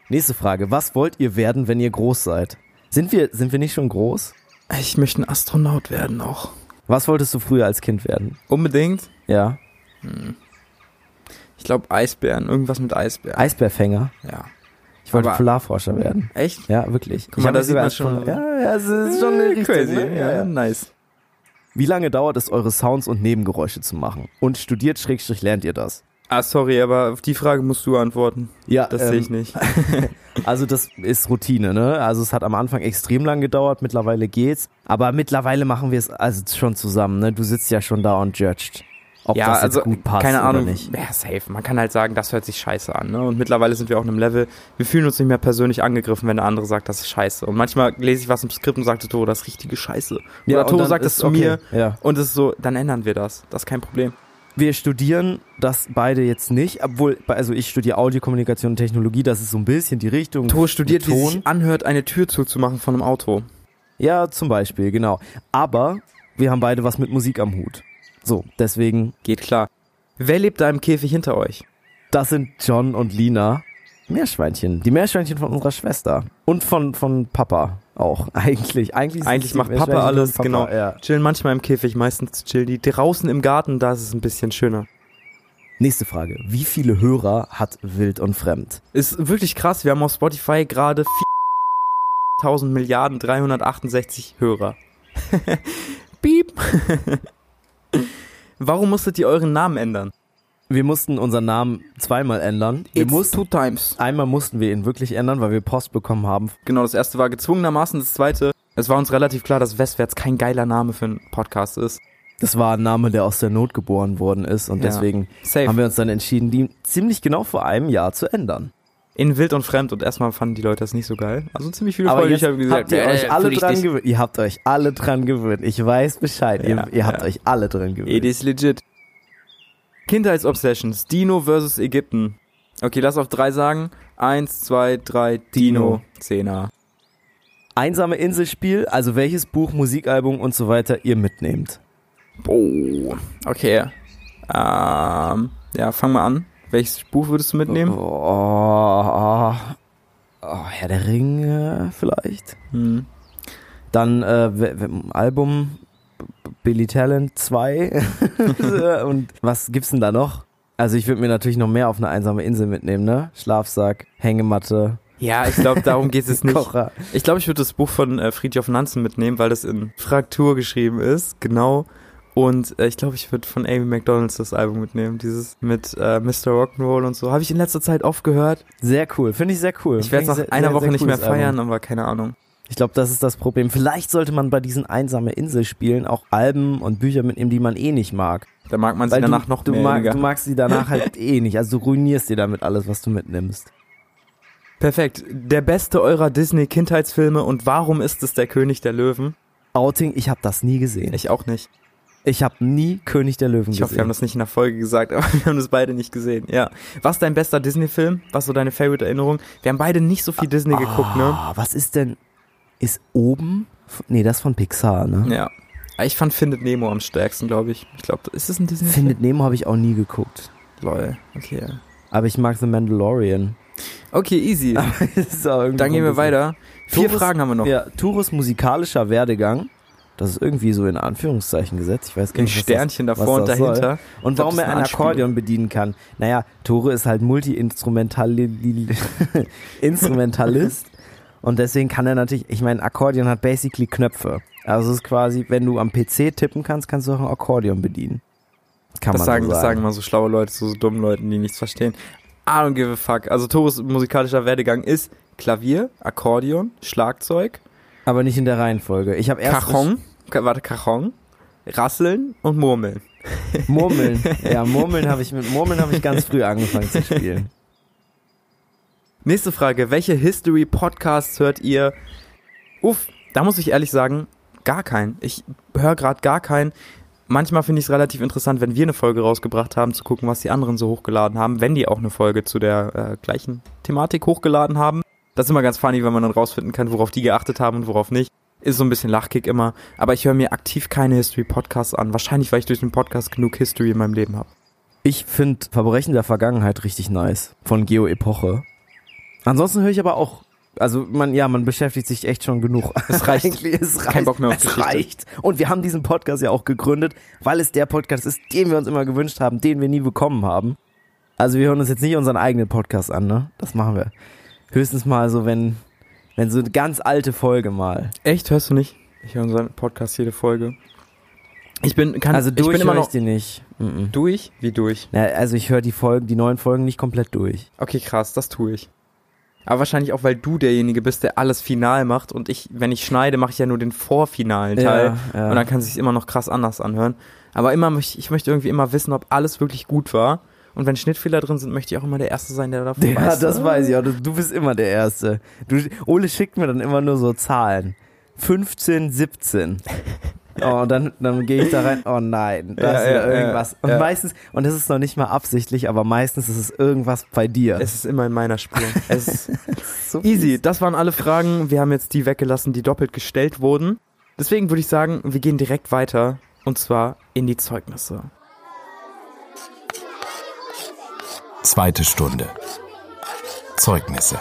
Speaker 2: Nächste Frage, was wollt ihr werden, wenn ihr groß seid? Sind wir, sind wir nicht schon groß?
Speaker 3: Ich möchte ein Astronaut werden auch.
Speaker 2: Was wolltest du früher als Kind werden?
Speaker 3: Unbedingt?
Speaker 2: Ja.
Speaker 3: Ich glaube Eisbären, irgendwas mit Eisbären.
Speaker 2: Eisbärfänger.
Speaker 3: ja.
Speaker 2: Ich wollte
Speaker 3: Aber-
Speaker 2: Polarforscher werden.
Speaker 3: Echt?
Speaker 2: Ja, wirklich.
Speaker 3: Guck mal,
Speaker 2: hab
Speaker 3: da
Speaker 2: mich
Speaker 3: sieht
Speaker 2: sogar
Speaker 3: man
Speaker 2: als
Speaker 3: schon-
Speaker 2: Polar- Ja, ja, es ist schon eine Richtung.
Speaker 3: Crazy,
Speaker 2: ne?
Speaker 3: ja,
Speaker 2: Ja, ja.
Speaker 3: nice.
Speaker 2: Wie lange dauert es, eure Sounds und Nebengeräusche zu machen? Und studiert, Schrägstrich, lernt ihr das?
Speaker 3: Ah, sorry, aber auf die Frage musst du antworten.
Speaker 2: Ja, ähm,
Speaker 3: Das sehe ich nicht.
Speaker 2: Also das ist Routine, ne? Also es hat am Anfang extrem lang gedauert, mittlerweile geht's. Aber mittlerweile machen wir es also schon zusammen, ne? Du sitzt ja schon da und judged, ob das jetzt gut passt
Speaker 3: also keine Ahnung.
Speaker 2: oder nicht.
Speaker 3: Ja, safe. Man kann halt sagen, das hört sich scheiße an. Ne? Und mittlerweile sind wir auf einem Level, wir fühlen uns nicht mehr persönlich angegriffen, wenn der andere sagt, das ist scheiße. Und manchmal lese ich was im Skript und sage, Toto, das ist richtige Scheiße. Oder
Speaker 2: und
Speaker 3: Toto
Speaker 2: dann
Speaker 3: sagt
Speaker 2: ist
Speaker 3: das zu
Speaker 2: okay.
Speaker 3: mir
Speaker 2: Ja.
Speaker 3: und es ist so, dann ändern wir das. Das ist kein Problem.
Speaker 2: Wir studieren das beide jetzt nicht, obwohl, also ich studiere Audiokommunikation und Technologie, das ist so ein bisschen die Richtung.
Speaker 3: Toto studiert, wie
Speaker 2: Ton.
Speaker 3: es sich anhört, eine Tür zuzumachen von einem Auto.
Speaker 2: Ja, zum Beispiel, genau. Aber wir haben beide was mit Musik am Hut. So, deswegen,
Speaker 3: Geht klar. Wer lebt da im Käfig hinter euch?
Speaker 2: das sind John und Lina. Meerschweinchen. Die Meerschweinchen von unserer Schwester. Und von, von Papa auch. Eigentlich. Eigentlich, sind's
Speaker 3: Eigentlich
Speaker 2: die
Speaker 3: macht Papa
Speaker 2: Meerschweinchen
Speaker 3: alles,
Speaker 2: von
Speaker 3: genau.
Speaker 2: Ja.
Speaker 3: Chillen manchmal im Käfig, meistens chillen die draußen im Garten, da ist es ein bisschen schöner.
Speaker 2: Nächste Frage. Wie viele Hörer hat Wild und Fremd?
Speaker 3: Ist wirklich krass. Wir haben auf Spotify gerade 4.000 Milliarden 368 Hörer. Piep. Warum musstet ihr euren Namen ändern?
Speaker 2: Wir mussten unseren Namen zweimal ändern. Wir mussten,
Speaker 3: two times.
Speaker 2: einmal mussten wir ihn wirklich ändern, weil wir Post bekommen haben.
Speaker 3: Genau, das erste war gezwungenermaßen, das zweite. Es war uns relativ klar, dass Westwärts kein geiler Name für einen Podcast ist.
Speaker 2: Das war ein Name, der aus der Not geboren worden ist. Und
Speaker 3: Ja.
Speaker 2: deswegen
Speaker 3: Safe.
Speaker 2: haben wir uns dann entschieden, die ziemlich genau vor einem Jahr zu ändern.
Speaker 3: In Wild und Fremd und erstmal fanden die Leute das nicht so geil. Also ziemlich viele
Speaker 2: Aber
Speaker 3: Freunde,
Speaker 2: jetzt
Speaker 3: ich habe gesagt, äh,
Speaker 2: habt ihr
Speaker 3: ja,
Speaker 2: euch
Speaker 3: ja,
Speaker 2: alle
Speaker 3: find ich
Speaker 2: dran
Speaker 3: nicht.
Speaker 2: gewöhnt. Ihr habt euch alle dran gewöhnt. Ich weiß Bescheid.
Speaker 3: Ja,
Speaker 2: ihr ihr habt
Speaker 3: ja.
Speaker 2: euch alle dran
Speaker 3: It
Speaker 2: gewöhnt.
Speaker 3: is legit. Kindheitsobsessions. Dino versus Ägypten. Okay, lass auf drei sagen. Eins, zwei, drei. Dino.
Speaker 2: Dino.
Speaker 3: Zehner.
Speaker 2: Einsame Inselspiel, also welches Buch, Musikalbum und so weiter ihr mitnehmt.
Speaker 3: Oh. Okay. Ähm, ja, fang mal an. Welches Buch würdest du mitnehmen?
Speaker 2: Oh, oh, Herr der Ringe vielleicht.
Speaker 3: Hm.
Speaker 2: Dann äh, w- w- Album B- Billy Talent 2. Und was gibt's denn da noch? Also ich würde mir natürlich noch mehr auf eine einsame Insel mitnehmen, ne? Schlafsack, Hängematte,
Speaker 3: Ja, ich glaube, darum geht es nicht.
Speaker 2: Kocher.
Speaker 3: Ich glaube, ich würde das Buch von äh, Friedjof Nansen mitnehmen, weil das in Fraktur geschrieben ist, genau. Und äh, ich glaube, ich würde von Amy McDonalds das Album mitnehmen, dieses mit äh, Mr. Rock'n'Roll und so. Habe ich in letzter Zeit oft gehört.
Speaker 2: Sehr cool, finde ich sehr cool.
Speaker 3: Ich
Speaker 2: Finde
Speaker 3: werde es nach
Speaker 2: ich sehr-
Speaker 3: einer
Speaker 2: sehr,
Speaker 3: Woche
Speaker 2: sehr
Speaker 3: nicht mehr
Speaker 2: cooles Album.
Speaker 3: feiern, aber keine Ahnung.
Speaker 2: Ich glaube, das ist das Problem. Vielleicht sollte man bei diesen einsame Inselspielen auch Alben und Bücher mitnehmen, die man eh nicht mag.
Speaker 3: Da mag man sie
Speaker 2: Weil du,
Speaker 3: danach noch
Speaker 2: du,
Speaker 3: mehr.
Speaker 2: mag,
Speaker 3: weniger.
Speaker 2: du magst sie danach halt eh nicht. Also du ruinierst dir damit alles, was du mitnimmst.
Speaker 3: Perfekt. Der beste eurer Disney-Kindheitsfilme und warum ist es der König der Löwen?
Speaker 2: Outing, ich habe das nie gesehen. Ich,
Speaker 3: Ich auch nicht.
Speaker 2: habe nie König der Löwen
Speaker 3: Ich hoffe, wir haben
Speaker 2: gesehen.
Speaker 3: das nicht in der Folge gesagt, aber wir haben das beide nicht gesehen. Ja. Was ist dein bester Disney-Film? Was so deine Favorite-Erinnerung? Wir haben beide nicht so viel Disney geguckt, ne?
Speaker 2: Ah, was ist denn? Ist oben? f- Nee, das ist von Pixar, ne?
Speaker 3: Ja. Ich fand Findet Nemo am stärksten, glaube ich. Ich glaube, ist es ein Disney?
Speaker 2: Findet Nemo habe ich auch nie geguckt.
Speaker 3: Lol. Okay. ja.
Speaker 2: Aber ich mag The Mandalorian.
Speaker 3: Okay, easy. Dann gehen wir weiter. Vier
Speaker 2: Doris-
Speaker 3: Fragen haben wir noch.
Speaker 2: Ja, Tourist musikalischer Werdegang. Das ist irgendwie so in Anführungszeichen gesetzt. Ich weiß gar
Speaker 3: Ein
Speaker 2: nicht, was das
Speaker 3: Sternchen
Speaker 2: was
Speaker 3: davor und
Speaker 2: das soll.
Speaker 3: dahinter.
Speaker 2: Und
Speaker 3: Ich glaub,
Speaker 2: warum
Speaker 3: das
Speaker 2: er ein
Speaker 3: ist eine Anspielung.
Speaker 2: Akkordeon bedienen kann. Naja, Tore ist halt Multi-Instrumentalist. und deswegen kann er natürlich, ich meine, Akkordeon hat basically Knöpfe. Also es ist quasi, wenn du am PC tippen kannst, kannst du auch ein Akkordeon bedienen. Kann
Speaker 3: Das
Speaker 2: man
Speaker 3: sagen,
Speaker 2: so
Speaker 3: das sagen
Speaker 2: sagen.
Speaker 3: mal so schlaue Leute, so, so dummen Leuten, die nichts verstehen. I don't give a fuck. Also Torus musikalischer Werdegang ist Klavier, Akkordeon, Schlagzeug,
Speaker 2: Aber nicht in der Reihenfolge. Ich habe erst
Speaker 3: Cajon, Ka- warte, Cajon, Rasseln und Murmeln.
Speaker 2: Murmeln. Ja, Murmeln habe ich mit Murmeln habe ich ganz früh angefangen zu spielen.
Speaker 3: Nächste Frage. Welche History-Podcasts hört ihr? Uff, da muss ich ehrlich sagen, gar keinen. Ich höre gerade gar keinen. Manchmal finde ich es relativ interessant, wenn wir eine Folge rausgebracht haben, zu gucken, was die anderen so hochgeladen haben, wenn die auch eine Folge zu der äh, gleichen Thematik hochgeladen haben. Das ist immer ganz funny, wenn man dann rausfinden kann, worauf die geachtet haben und worauf nicht. Ist so ein bisschen Lachkick immer. Aber ich höre mir aktiv keine History-Podcasts an. Wahrscheinlich, weil ich durch den Podcast genug History in meinem Leben habe.
Speaker 2: Ich finde Verbrechen der Vergangenheit richtig nice. Von Geo Epoche. Ansonsten höre ich aber auch. Also man, ja, man beschäftigt sich echt schon genug.
Speaker 3: Es reicht.
Speaker 2: Eigentlich, es reicht.
Speaker 3: Kein Bock mehr auf
Speaker 2: es
Speaker 3: Geschichte.
Speaker 2: reicht. Und wir haben diesen Podcast ja auch gegründet, weil es der Podcast ist, den wir uns immer gewünscht haben, den wir nie bekommen haben. Also wir hören uns jetzt nicht unseren eigenen Podcast an, ne? Das machen wir. Höchstens mal so, wenn, wenn so eine ganz alte Folge mal.
Speaker 3: Echt? Hörst du nicht? Ich höre unseren Podcast jede Folge. Ich bin, kann,
Speaker 2: Also durch
Speaker 3: ich bin immer
Speaker 2: höre
Speaker 3: noch
Speaker 2: ich die nicht. Mhm.
Speaker 3: durch? Wie durch?
Speaker 2: Na, also ich höre die Folgen, die neuen Folgen nicht komplett durch.
Speaker 3: Okay, krass, das tue ich. Aber wahrscheinlich auch, weil du derjenige bist, der alles final macht und ich, wenn ich schneide, mache ich ja nur den vorfinalen Teil
Speaker 2: Ja, ja.
Speaker 3: und dann kann es sich immer noch krass anders anhören. Aber immer, möcht- ich möchte irgendwie immer wissen, ob alles wirklich gut war und wenn Schnittfehler drin sind, möchte ich auch immer der Erste sein, der davon
Speaker 2: Ja,
Speaker 3: weiß.
Speaker 2: das weiß ich auch. Du, du bist immer der Erste. Du, Ole schickt mir dann immer nur so Zahlen. 15, 17. Oh, und dann, dann gehe ich da rein, oh nein, da
Speaker 3: Ja,
Speaker 2: ist wieder
Speaker 3: ja, ja,
Speaker 2: irgendwas. und
Speaker 3: ja.
Speaker 2: meistens, und das ist noch nicht mal absichtlich, aber meistens ist es irgendwas bei dir.
Speaker 3: Es ist immer in meiner Spur. Es ist
Speaker 2: so
Speaker 3: Easy, das waren alle Fragen. Wir haben jetzt die weggelassen, die doppelt gestellt wurden. Deswegen würde ich sagen, wir gehen direkt weiter und zwar in die Zeugnisse.
Speaker 1: Zweite Stunde. Zeugnisse.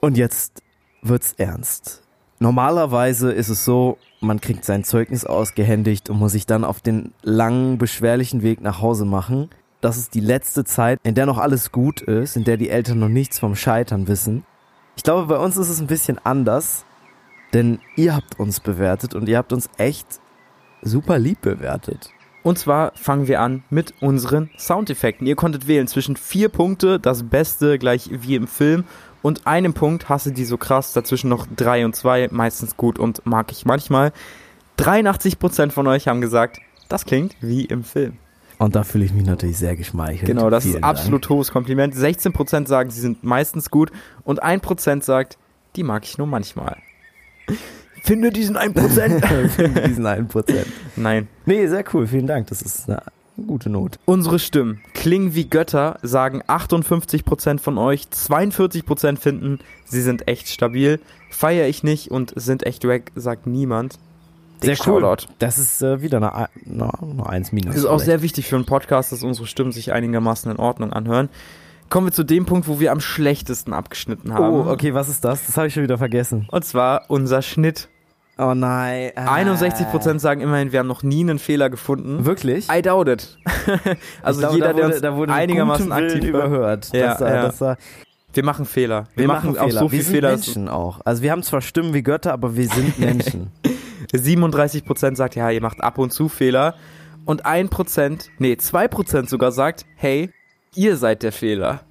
Speaker 2: Und jetzt wird's ernst. Normalerweise ist es so, man kriegt sein Zeugnis ausgehändigt und muss sich dann auf den langen, beschwerlichen Weg nach Hause machen. Das ist die letzte Zeit, in der noch alles gut ist, in der die Eltern noch nichts vom Scheitern wissen. Ich glaube, bei uns ist es ein bisschen anders, denn ihr habt uns bewertet und ihr habt uns echt super lieb bewertet.
Speaker 3: Und zwar fangen wir an mit unseren Soundeffekten. Ihr konntet wählen zwischen vier Punkte, das Beste gleich wie im Film, und einem Punkt hasse die so krass, dazwischen noch drei und zwei, meistens gut und mag ich manchmal. 83% von euch haben gesagt, das klingt wie im Film.
Speaker 2: Und da fühle ich mich natürlich sehr geschmeichelt.
Speaker 3: Genau, das
Speaker 2: Vielen
Speaker 3: ist
Speaker 2: Dank.
Speaker 3: absolut hohes Kompliment. 16% sagen, sie sind meistens gut und 1% sagt, die mag ich nur manchmal. Finde diesen 1%.
Speaker 2: diesen 1%.
Speaker 3: Nein.
Speaker 2: Nee, sehr cool, vielen Dank. Das ist eine gute Not.
Speaker 3: Unsere Stimmen klingen wie Götter, sagen 58% von euch, 42% finden, sie sind echt stabil, feiere ich nicht und sind echt weg, sagt niemand.
Speaker 2: Sehr
Speaker 3: Dick
Speaker 2: cool.
Speaker 3: Shoutout.
Speaker 2: Das ist äh, wieder eine, Ei- na, eine 1 minus.
Speaker 3: Ist auch
Speaker 2: vielleicht.
Speaker 3: sehr wichtig für einen Podcast, dass unsere Stimmen sich einigermaßen in Ordnung anhören. kommen wir zu dem Punkt, wo wir am schlechtesten abgeschnitten haben.
Speaker 2: Oh, okay, was ist das? Das habe ich schon wieder vergessen.
Speaker 3: Und zwar unser Schnitt.
Speaker 2: Oh nein. Ah.
Speaker 3: 61% sagen immerhin, wir haben noch nie einen Fehler gefunden.
Speaker 2: Wirklich?
Speaker 3: I doubt it. also
Speaker 2: Ich glaube,
Speaker 3: jeder,
Speaker 2: da
Speaker 3: der
Speaker 2: wurde,
Speaker 3: uns
Speaker 2: da wurde mit
Speaker 3: einigermaßen
Speaker 2: gutem Willen
Speaker 3: aktiv war.
Speaker 2: überhört.
Speaker 3: Ja,
Speaker 2: das war,
Speaker 3: ja.
Speaker 2: das war,
Speaker 3: Wir machen Fehler. Wir,
Speaker 2: wir
Speaker 3: machen, auch
Speaker 2: Fehler.
Speaker 3: so
Speaker 2: wir
Speaker 3: viel
Speaker 2: sind
Speaker 3: Fehler. dass-
Speaker 2: Menschen auch. Also wir haben zwar Stimmen wie Götter, aber wir sind Menschen.
Speaker 3: 37% sagt, ja, ihr macht ab und zu Fehler. Und 1%, nee, 2% sogar sagt, hey, ihr seid der Fehler.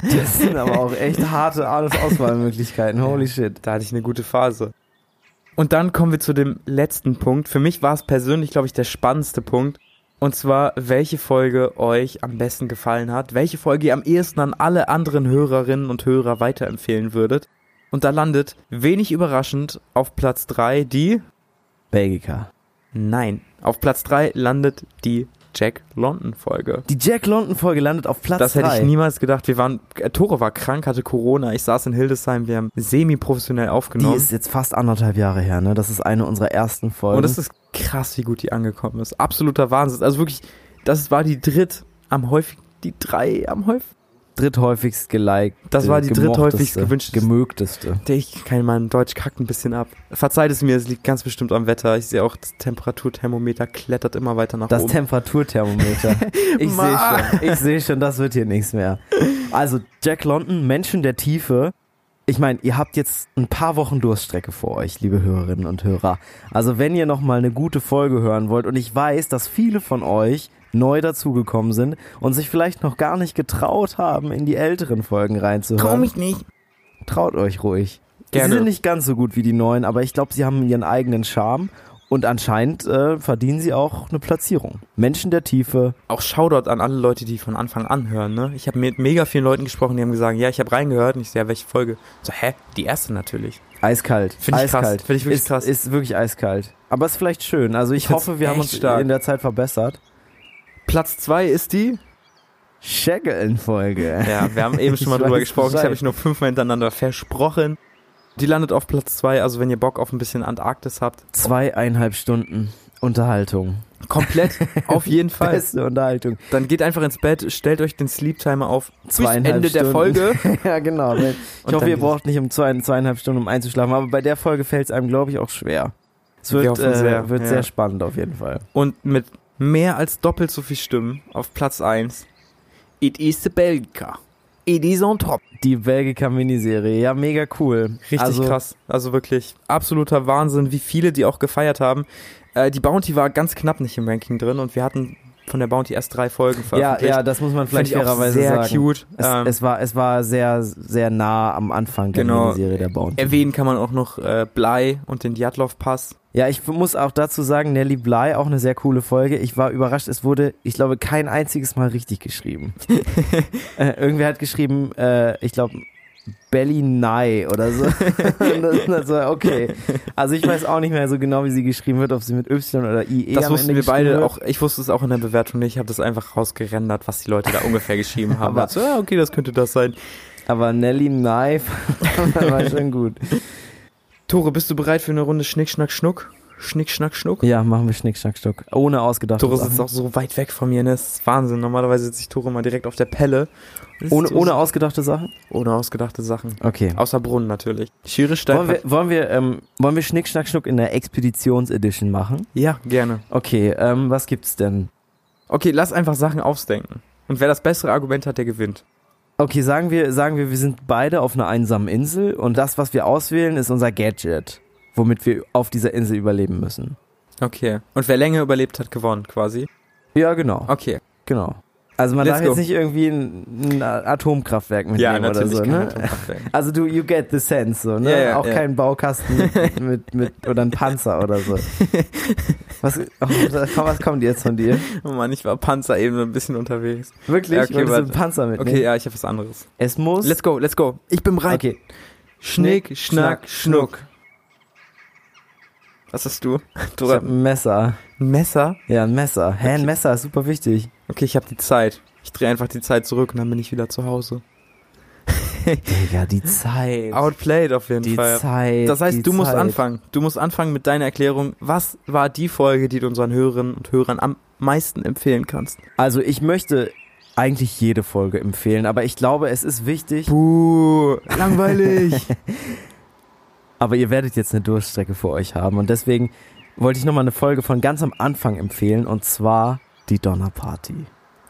Speaker 2: das sind aber auch echt harte Aus- Auswahlmöglichkeiten. Holy shit.
Speaker 3: Da hatte ich eine gute Phase. Und dann kommen wir zu dem letzten Punkt. Für mich war es persönlich, glaube ich, der spannendste Punkt. Und zwar, welche Folge euch am besten gefallen hat, welche Folge ihr am ehesten an alle anderen Hörerinnen und Hörer weiterempfehlen würdet. Und da landet, wenig überraschend, auf Platz 3 die...
Speaker 2: Belgica.
Speaker 3: Nein, auf Platz 3 landet die Jack London-Folge.
Speaker 2: Die Jack London Folge landet auf Platz
Speaker 3: Das hätte
Speaker 2: drei.
Speaker 3: ich niemals gedacht. Wir waren, äh, Tore war krank, hatte Corona. Ich saß in Hildesheim. Wir haben semi-professionell
Speaker 2: Die
Speaker 3: aufgenommen.
Speaker 2: ist jetzt fast anderthalb Jahre her, ne? Das ist eine unserer ersten Folgen.
Speaker 3: Und es ist krass, wie gut die angekommen ist. Absoluter Wahnsinn. Also wirklich, das war die dritt am häufig, die drei am häufig.
Speaker 2: dritthäufigst geliked.
Speaker 3: Das war die dritthäufigst gewünschteste.
Speaker 2: Gemögteste.
Speaker 3: Ich kann mein Deutsch kackt ein bisschen ab. Verzeiht es mir, es liegt ganz bestimmt am Wetter. Ich sehe auch, das Temperaturthermometer klettert immer weiter nach
Speaker 2: Das
Speaker 3: oben.
Speaker 2: Temperaturthermometer. Ich sehe
Speaker 3: Mann.
Speaker 2: schon, ich sehe schon, das wird hier nichts mehr. Also Jack London, Menschen der Tiefe. Ich meine, ihr habt jetzt ein paar Wochen Durststrecke vor euch, liebe Hörerinnen und Hörer. Also wenn ihr noch mal eine gute Folge hören wollt und ich weiß, dass viele von euch neu dazugekommen sind und sich vielleicht noch gar nicht getraut haben, in die älteren Folgen reinzuhören.
Speaker 3: nicht.
Speaker 2: traut euch ruhig.
Speaker 3: Gerne.
Speaker 2: Sie sind nicht ganz so gut wie die neuen, aber ich glaube, sie haben ihren eigenen Charme und anscheinend äh, verdienen sie auch eine Platzierung. Menschen der Tiefe,
Speaker 3: Auch Shoutout an alle Leute, die von Anfang an hören, ne? Ich habe mit mega vielen Leuten gesprochen, die haben gesagt, ja, ich habe reingehört. Und ich so, ja, welche Folge? So, hä? Die erste natürlich.
Speaker 2: eiskalt.
Speaker 3: Find ich krass.
Speaker 2: eiskalt.
Speaker 3: Find ich wirklich
Speaker 2: ist,
Speaker 3: krass.
Speaker 2: Ist wirklich eiskalt. Aber ist vielleicht schön. Also ich,
Speaker 3: find's
Speaker 2: hoffe, wir haben
Speaker 3: echt
Speaker 2: uns
Speaker 3: stark.
Speaker 2: in der Zeit verbessert.
Speaker 3: Platz zwei ist die?
Speaker 2: Shaggle-Folge.
Speaker 3: Ja, wir haben eben schon mal
Speaker 2: Ich
Speaker 3: drüber
Speaker 2: weiß
Speaker 3: gesprochen. Ich
Speaker 2: Bescheid.
Speaker 3: habe ich nur fünfmal hintereinander versprochen. Die landet auf Platz zwei. also wenn ihr Bock auf ein bisschen Antarktis habt,
Speaker 2: Zweieinhalb Stunden Unterhaltung.
Speaker 3: komplett auf jeden Fall.
Speaker 2: Beste Unterhaltung.
Speaker 3: Dann geht einfach ins Bett, stellt euch den Sleep Timer auf bis
Speaker 2: Zweieinhalb
Speaker 3: Ende der
Speaker 2: Stunden.
Speaker 3: Folge.
Speaker 2: ja, genau. Wenn-
Speaker 3: Und
Speaker 2: Ich hoffe,
Speaker 3: dann
Speaker 2: ihr
Speaker 3: dieses-
Speaker 2: braucht nicht um zwei, zweieinhalb Stunden, um einzuschlafen. Aber bei der Folge fällt es einem, glaube ich, auch schwer. Es
Speaker 3: Wir
Speaker 2: wird,
Speaker 3: hoffen
Speaker 2: äh,
Speaker 3: sehr,
Speaker 2: wird
Speaker 3: ja.
Speaker 2: sehr spannend auf jeden Fall.
Speaker 3: Und mit mehr als doppelt so viel Stimmen auf Platz eins. It is the Belgica. It is on top.
Speaker 2: Die Belgica Miniserie, ja, mega cool.
Speaker 3: Richtig
Speaker 2: also,
Speaker 3: krass. Also wirklich absoluter Wahnsinn, wie viele die auch gefeiert haben. Äh, die Bounty war ganz knapp nicht im Ranking drin und wir hatten von der Bounty erst drei Folgen
Speaker 2: Ja,
Speaker 3: veröffentlicht.
Speaker 2: ja, das muss man
Speaker 3: Fand
Speaker 2: vielleicht
Speaker 3: ich auch
Speaker 2: fairerweise
Speaker 3: sehr
Speaker 2: sagen.
Speaker 3: cute.
Speaker 2: Es,
Speaker 3: ähm,
Speaker 2: es, war, es war sehr, sehr nah am Anfang der
Speaker 3: Genau.
Speaker 2: Miniserie der Bounty.
Speaker 3: erwähnen kann man auch noch äh, Blei und den Djatlov-Pass.
Speaker 2: Ja, ich muss auch dazu sagen, Nelly Bly, auch eine sehr coole Folge. Ich war überrascht, es wurde, ich glaube, kein einziges Mal richtig geschrieben. äh, irgendwer hat geschrieben, äh, ich glaube, Belly Nye oder so. Und das, das war okay. Also ich weiß auch nicht mehr so genau, wie sie geschrieben wird, ob sie mit Y oder IE
Speaker 3: Das
Speaker 2: am
Speaker 3: wussten
Speaker 2: Ende
Speaker 3: wir beide
Speaker 2: geschrieben wird.
Speaker 3: auch. Ich wusste es auch in der Bewertung nicht. Ich habe das einfach rausgerendert, was die Leute da ungefähr geschrieben haben.
Speaker 2: Aber-
Speaker 3: Also, ja, okay, das könnte das sein.
Speaker 2: Aber Nelly Nye war schon gut.
Speaker 3: Tore, bist du bereit für eine Runde Schnick, Schnack, Schnuck? Schnick, Schnack, Schnuck?
Speaker 2: Ja, machen wir Schnick, Schnack, Stuck. Ohne ausgedacht.
Speaker 3: Tore sitzt auch so weit weg von mir, ne? Das ist Wahnsinn. Normalerweise sitze ich Tore mal direkt auf der Pelle.
Speaker 2: ohne, ohne ausgedachte Sachen?
Speaker 3: ohne ausgedachte Sachen.
Speaker 2: Okay.
Speaker 3: Außer Brunnen natürlich. Schiri halt-
Speaker 2: Wollen
Speaker 3: Stein.
Speaker 2: wir, wollen, wir, ähm, wollen wir Schnick, Schnack, Schnuck in der Expeditions-Edition machen?
Speaker 3: Ja, gerne.
Speaker 2: Okay, ähm, was gibt's denn?
Speaker 3: Okay, lass einfach Sachen ausdenken. Und wer das bessere Argument hat, der gewinnt.
Speaker 2: Okay, sagen wir, sagen wir, wir sind beide auf einer einsamen Insel und das, was wir auswählen, ist unser Gadget, womit wir auf dieser Insel überleben müssen.
Speaker 3: Okay. Und wer länger überlebt hat, gewonnen quasi.
Speaker 2: Ja, genau,
Speaker 3: Okay.
Speaker 2: genau. Also man
Speaker 3: Ah. Let's
Speaker 2: darf
Speaker 3: go.
Speaker 2: jetzt nicht irgendwie ein, ein Atomkraftwerk mitnehmen oder so,
Speaker 3: kein
Speaker 2: ne?
Speaker 3: Atomkraftwerk.
Speaker 2: Also du, you get the sense, so, ne?
Speaker 3: Ja, ja,
Speaker 2: Auch
Speaker 3: ja.
Speaker 2: kein Baukasten mit, mit, mit oder ein Panzer oder so. Was, oh, was kommt jetzt von dir?
Speaker 3: Oh Mann, ich war Panzer eben ein bisschen unterwegs.
Speaker 2: Wirklich?
Speaker 3: Ja, okay,
Speaker 2: Wolltest du einen
Speaker 3: warte.
Speaker 2: Panzer mitnehmen?
Speaker 3: Okay, ja, ich habe was anderes.
Speaker 2: Es muss...
Speaker 3: Let's go, let's go. Ich bin bereit.
Speaker 2: okay,
Speaker 3: Schnick,
Speaker 2: Schnack,
Speaker 3: Schnack, Schnuck. Was hast du?
Speaker 2: ich
Speaker 3: Dora,
Speaker 2: hab ein Messer.
Speaker 3: ein Messer?
Speaker 2: Ja, ein Messer. Hä, ein Messer ist super wichtig.
Speaker 3: Okay, ich habe die Zeit. Ich drehe einfach die Zeit zurück und dann bin ich wieder zu Hause.
Speaker 2: Digga,
Speaker 3: Hm.
Speaker 2: die Zeit.
Speaker 3: Outplayed auf jeden
Speaker 2: die
Speaker 3: Fall.
Speaker 2: Zeit.
Speaker 3: Das heißt,
Speaker 2: die
Speaker 3: du musst
Speaker 2: Zeit.
Speaker 3: anfangen. Du musst anfangen mit deiner Erklärung. Was war die Folge, die du unseren Hörerinnen und Hörern am meisten empfehlen kannst?
Speaker 2: Also ich möchte eigentlich jede Folge empfehlen, aber ich glaube, es ist wichtig.
Speaker 3: Buh, langweilig.
Speaker 2: Aber ihr werdet jetzt eine Durststrecke für euch haben und deswegen wollte ich nochmal eine Folge von ganz am Anfang empfehlen und zwar die Donnerparty.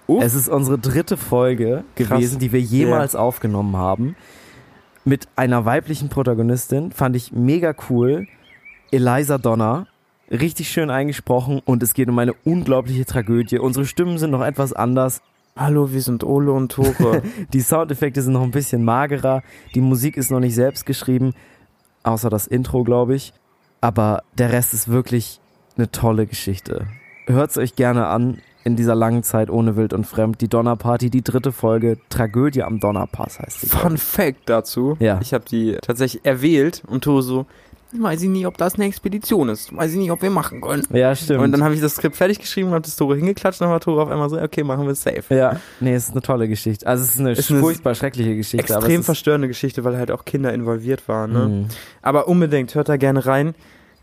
Speaker 3: Uff.
Speaker 2: Es ist unsere dritte Folge
Speaker 3: Krass.
Speaker 2: gewesen, die wir jemals aufgenommen haben. Mit einer weiblichen Protagonistin fand ich mega cool. Eliza Donner. Richtig schön eingesprochen und es geht um eine unglaubliche Tragödie. Unsere Stimmen sind noch etwas anders.
Speaker 3: Hallo, wir sind Ole und Tore.
Speaker 2: Die Soundeffekte sind noch ein bisschen magerer. Die Musik ist noch nicht selbst geschrieben, außer das Intro, glaube ich. Aber der Rest ist wirklich eine tolle Geschichte. Hört's euch gerne an in dieser langen Zeit ohne Wild und Fremd. Die Donnerparty, die dritte Folge, Tragödie am Donnerpass heißt sie.
Speaker 3: Fun Fact dazu.
Speaker 2: Ja.
Speaker 3: Ich habe die tatsächlich erwählt und Tore so, weiß ich nicht, ob das eine Expedition ist. Weiß ich nicht, ob wir machen können.
Speaker 2: Ja, stimmt.
Speaker 3: Und dann habe ich das Skript fertig geschrieben, habe das Tore hingeklatscht und dann war Tore auf einmal so, okay, machen wir safe.
Speaker 2: ja, nee, ist eine tolle Geschichte. Also es ist eine
Speaker 3: Ist eine
Speaker 2: furchtbar schreckliche Geschichte. aber
Speaker 3: Extrem
Speaker 2: es ist,
Speaker 3: verstörende Geschichte, weil halt auch Kinder involviert waren. Ne?
Speaker 2: Mhm.
Speaker 3: Aber unbedingt, hört da gerne rein.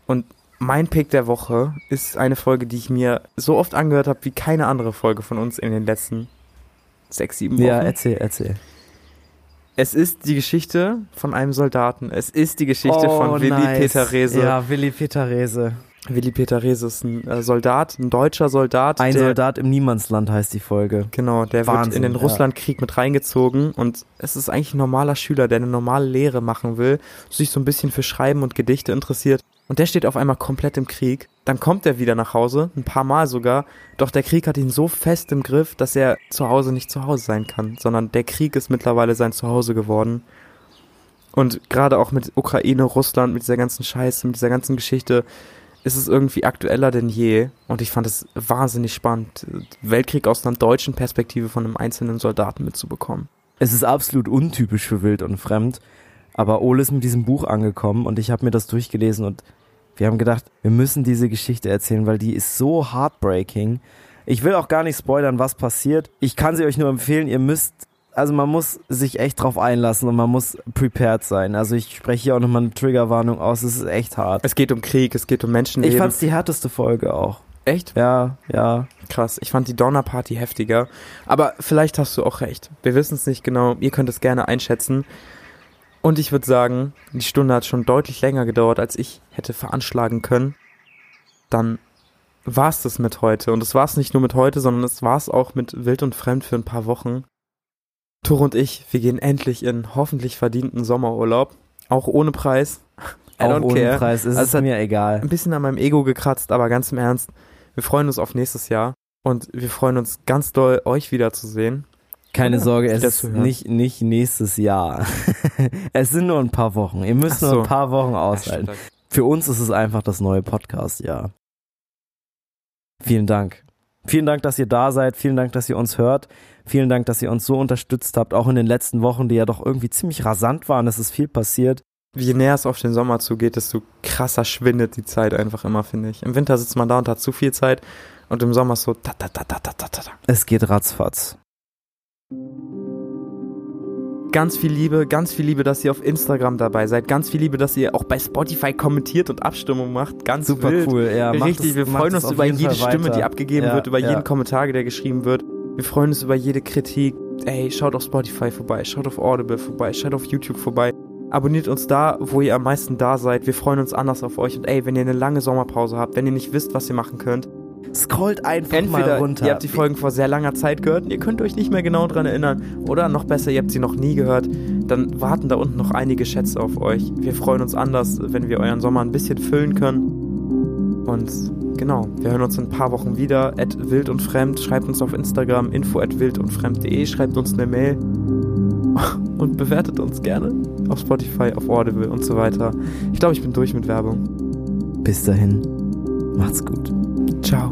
Speaker 3: Und mein Pick der Woche ist eine Folge, die ich mir so oft angehört habe wie keine andere Folge von uns in den letzten sechs, sieben Wochen.
Speaker 2: Ja, erzähl, erzähl.
Speaker 3: es ist die Geschichte von einem Soldaten. Es ist die Geschichte von Willi
Speaker 2: Oh, nice.
Speaker 3: Peter Rehse.
Speaker 2: Ja, Willi Peterese.
Speaker 3: Willi Peter Rehse ist ein äh, Soldat, ein deutscher Soldat.
Speaker 2: Ein
Speaker 3: der,
Speaker 2: Soldat im Niemandsland heißt die Folge.
Speaker 3: Genau, der wird
Speaker 2: Wahnsinn,
Speaker 3: in den
Speaker 2: ja.
Speaker 3: Russlandkrieg mit reingezogen und es ist eigentlich ein normaler Schüler, der eine normale Lehre machen will, sich so ein bisschen für Schreiben und Gedichte interessiert und der steht auf einmal komplett im Krieg. Dann kommt er wieder nach Hause, ein paar Mal sogar, doch der Krieg hat ihn so fest im Griff, dass er zu Hause nicht zu Hause sein kann, sondern der Krieg ist mittlerweile sein Zuhause geworden. Und gerade auch mit Ukraine, Russland, mit dieser ganzen Scheiße, mit dieser ganzen Geschichte, ist es irgendwie aktueller denn je. Und ich fand es wahnsinnig spannend, Weltkrieg aus einer deutschen Perspektive von einem einzelnen Soldaten mitzubekommen.
Speaker 2: Es ist absolut untypisch für Wild und Fremd, aber Ole ist mit diesem Buch angekommen und ich habe mir das durchgelesen und wir haben gedacht, wir müssen diese Geschichte erzählen, weil die ist so heartbreaking. Ich will auch gar nicht spoilern, was passiert. Ich kann sie euch nur empfehlen, ihr müsst, also man muss sich echt drauf einlassen und man muss prepared sein. Also ich spreche hier auch nochmal eine Triggerwarnung aus, es ist echt hart.
Speaker 3: Es geht um Krieg, es geht um Menschenleben.
Speaker 2: Ich fand's die härteste Folge auch.
Speaker 3: echt
Speaker 2: Ja, ja.
Speaker 3: krass. Ich fand die Donnerparty heftiger. Aber vielleicht hast du auch recht. Wir wissen es nicht genau. Ihr könnt es gerne einschätzen. Und ich würde sagen, die Stunde hat schon deutlich länger gedauert, als ich hätte veranschlagen können. Dann war's das mit heute. Und es war's nicht nur mit heute, sondern es war's auch mit Wild und Fremd für ein paar Wochen. Tore und ich, wir gehen endlich in hoffentlich verdienten Sommerurlaub. Auch ohne Preis. I
Speaker 2: Auch
Speaker 3: don't
Speaker 2: ohne
Speaker 3: care
Speaker 2: Preis, es
Speaker 3: Also es
Speaker 2: ist
Speaker 3: hat-
Speaker 2: mir egal.
Speaker 3: ein bisschen an meinem Ego gekratzt, aber ganz im Ernst, wir freuen uns auf nächstes Jahr und wir freuen uns ganz doll, euch wiederzusehen.
Speaker 2: Keine
Speaker 3: Ja,
Speaker 2: Sorge, es
Speaker 3: wieder
Speaker 2: ist
Speaker 3: zu hören.
Speaker 2: nicht, nicht nächstes Jahr. es sind nur ein paar Wochen. Ihr müsst
Speaker 3: Ach
Speaker 2: nur
Speaker 3: so.
Speaker 2: ein paar Wochen aushalten. Für uns ist es einfach das neue Podcast-Jahr. Vielen Dank. Vielen Dank, dass ihr da seid. Vielen Dank, dass ihr uns hört. Vielen Dank, dass ihr uns so unterstützt habt, auch in den letzten Wochen, die ja doch irgendwie ziemlich rasant waren. Es ist viel passiert.
Speaker 3: Je näher es auf den Sommer zugeht, desto krasser schwindet die Zeit einfach immer, finde ich. Im Winter sitzt man da und hat zu viel Zeit und im Sommer ist so ta ta ta ta ta ta ta. ta.
Speaker 2: Es geht ratzfatz.
Speaker 3: Ganz viel Liebe, ganz viel Liebe, dass ihr auf Instagram dabei seid. Ganz viel Liebe, dass ihr auch bei Spotify kommentiert und Abstimmung macht. Ganz
Speaker 2: Super
Speaker 3: wild.
Speaker 2: cool. Ja, macht
Speaker 3: Richtig,
Speaker 2: es-
Speaker 3: wir
Speaker 2: macht
Speaker 3: freuen
Speaker 2: es
Speaker 3: uns
Speaker 2: auf
Speaker 3: über
Speaker 2: jeden
Speaker 3: jede
Speaker 2: Fall
Speaker 3: Stimme, die
Speaker 2: weiter.
Speaker 3: abgegeben
Speaker 2: Ja,
Speaker 3: wird, über
Speaker 2: ja.
Speaker 3: jeden Kommentar, der geschrieben wird. Wir freuen uns über jede Kritik. Ey, schaut auf Spotify vorbei, schaut auf Audible vorbei, schaut auf YouTube vorbei. Abonniert uns da, wo ihr am meisten da seid. Wir freuen uns anders auf euch. Und ey, wenn ihr eine lange Sommerpause habt, wenn ihr nicht wisst, was ihr machen könnt,
Speaker 2: Scrollt einfach mal
Speaker 3: entweder
Speaker 2: runter.
Speaker 3: ihr habt die Folgen vor sehr langer Zeit gehört und ihr könnt euch nicht mehr genau dran erinnern, oder noch besser, ihr habt sie noch nie gehört, dann warten da unten noch einige Schätze auf euch. Wir freuen uns anders, wenn wir euren Sommer ein bisschen füllen können. Und genau, wir hören uns in ein paar Wochen wieder. At wild und fremd, schreibt uns auf Instagram, info at wild und fremd.de, schreibt uns eine Mail und bewertet uns gerne auf Spotify, auf Audible und so weiter. Ich glaube, ich bin durch mit Werbung.
Speaker 2: Bis dahin. Macht's gut.
Speaker 3: Ciao.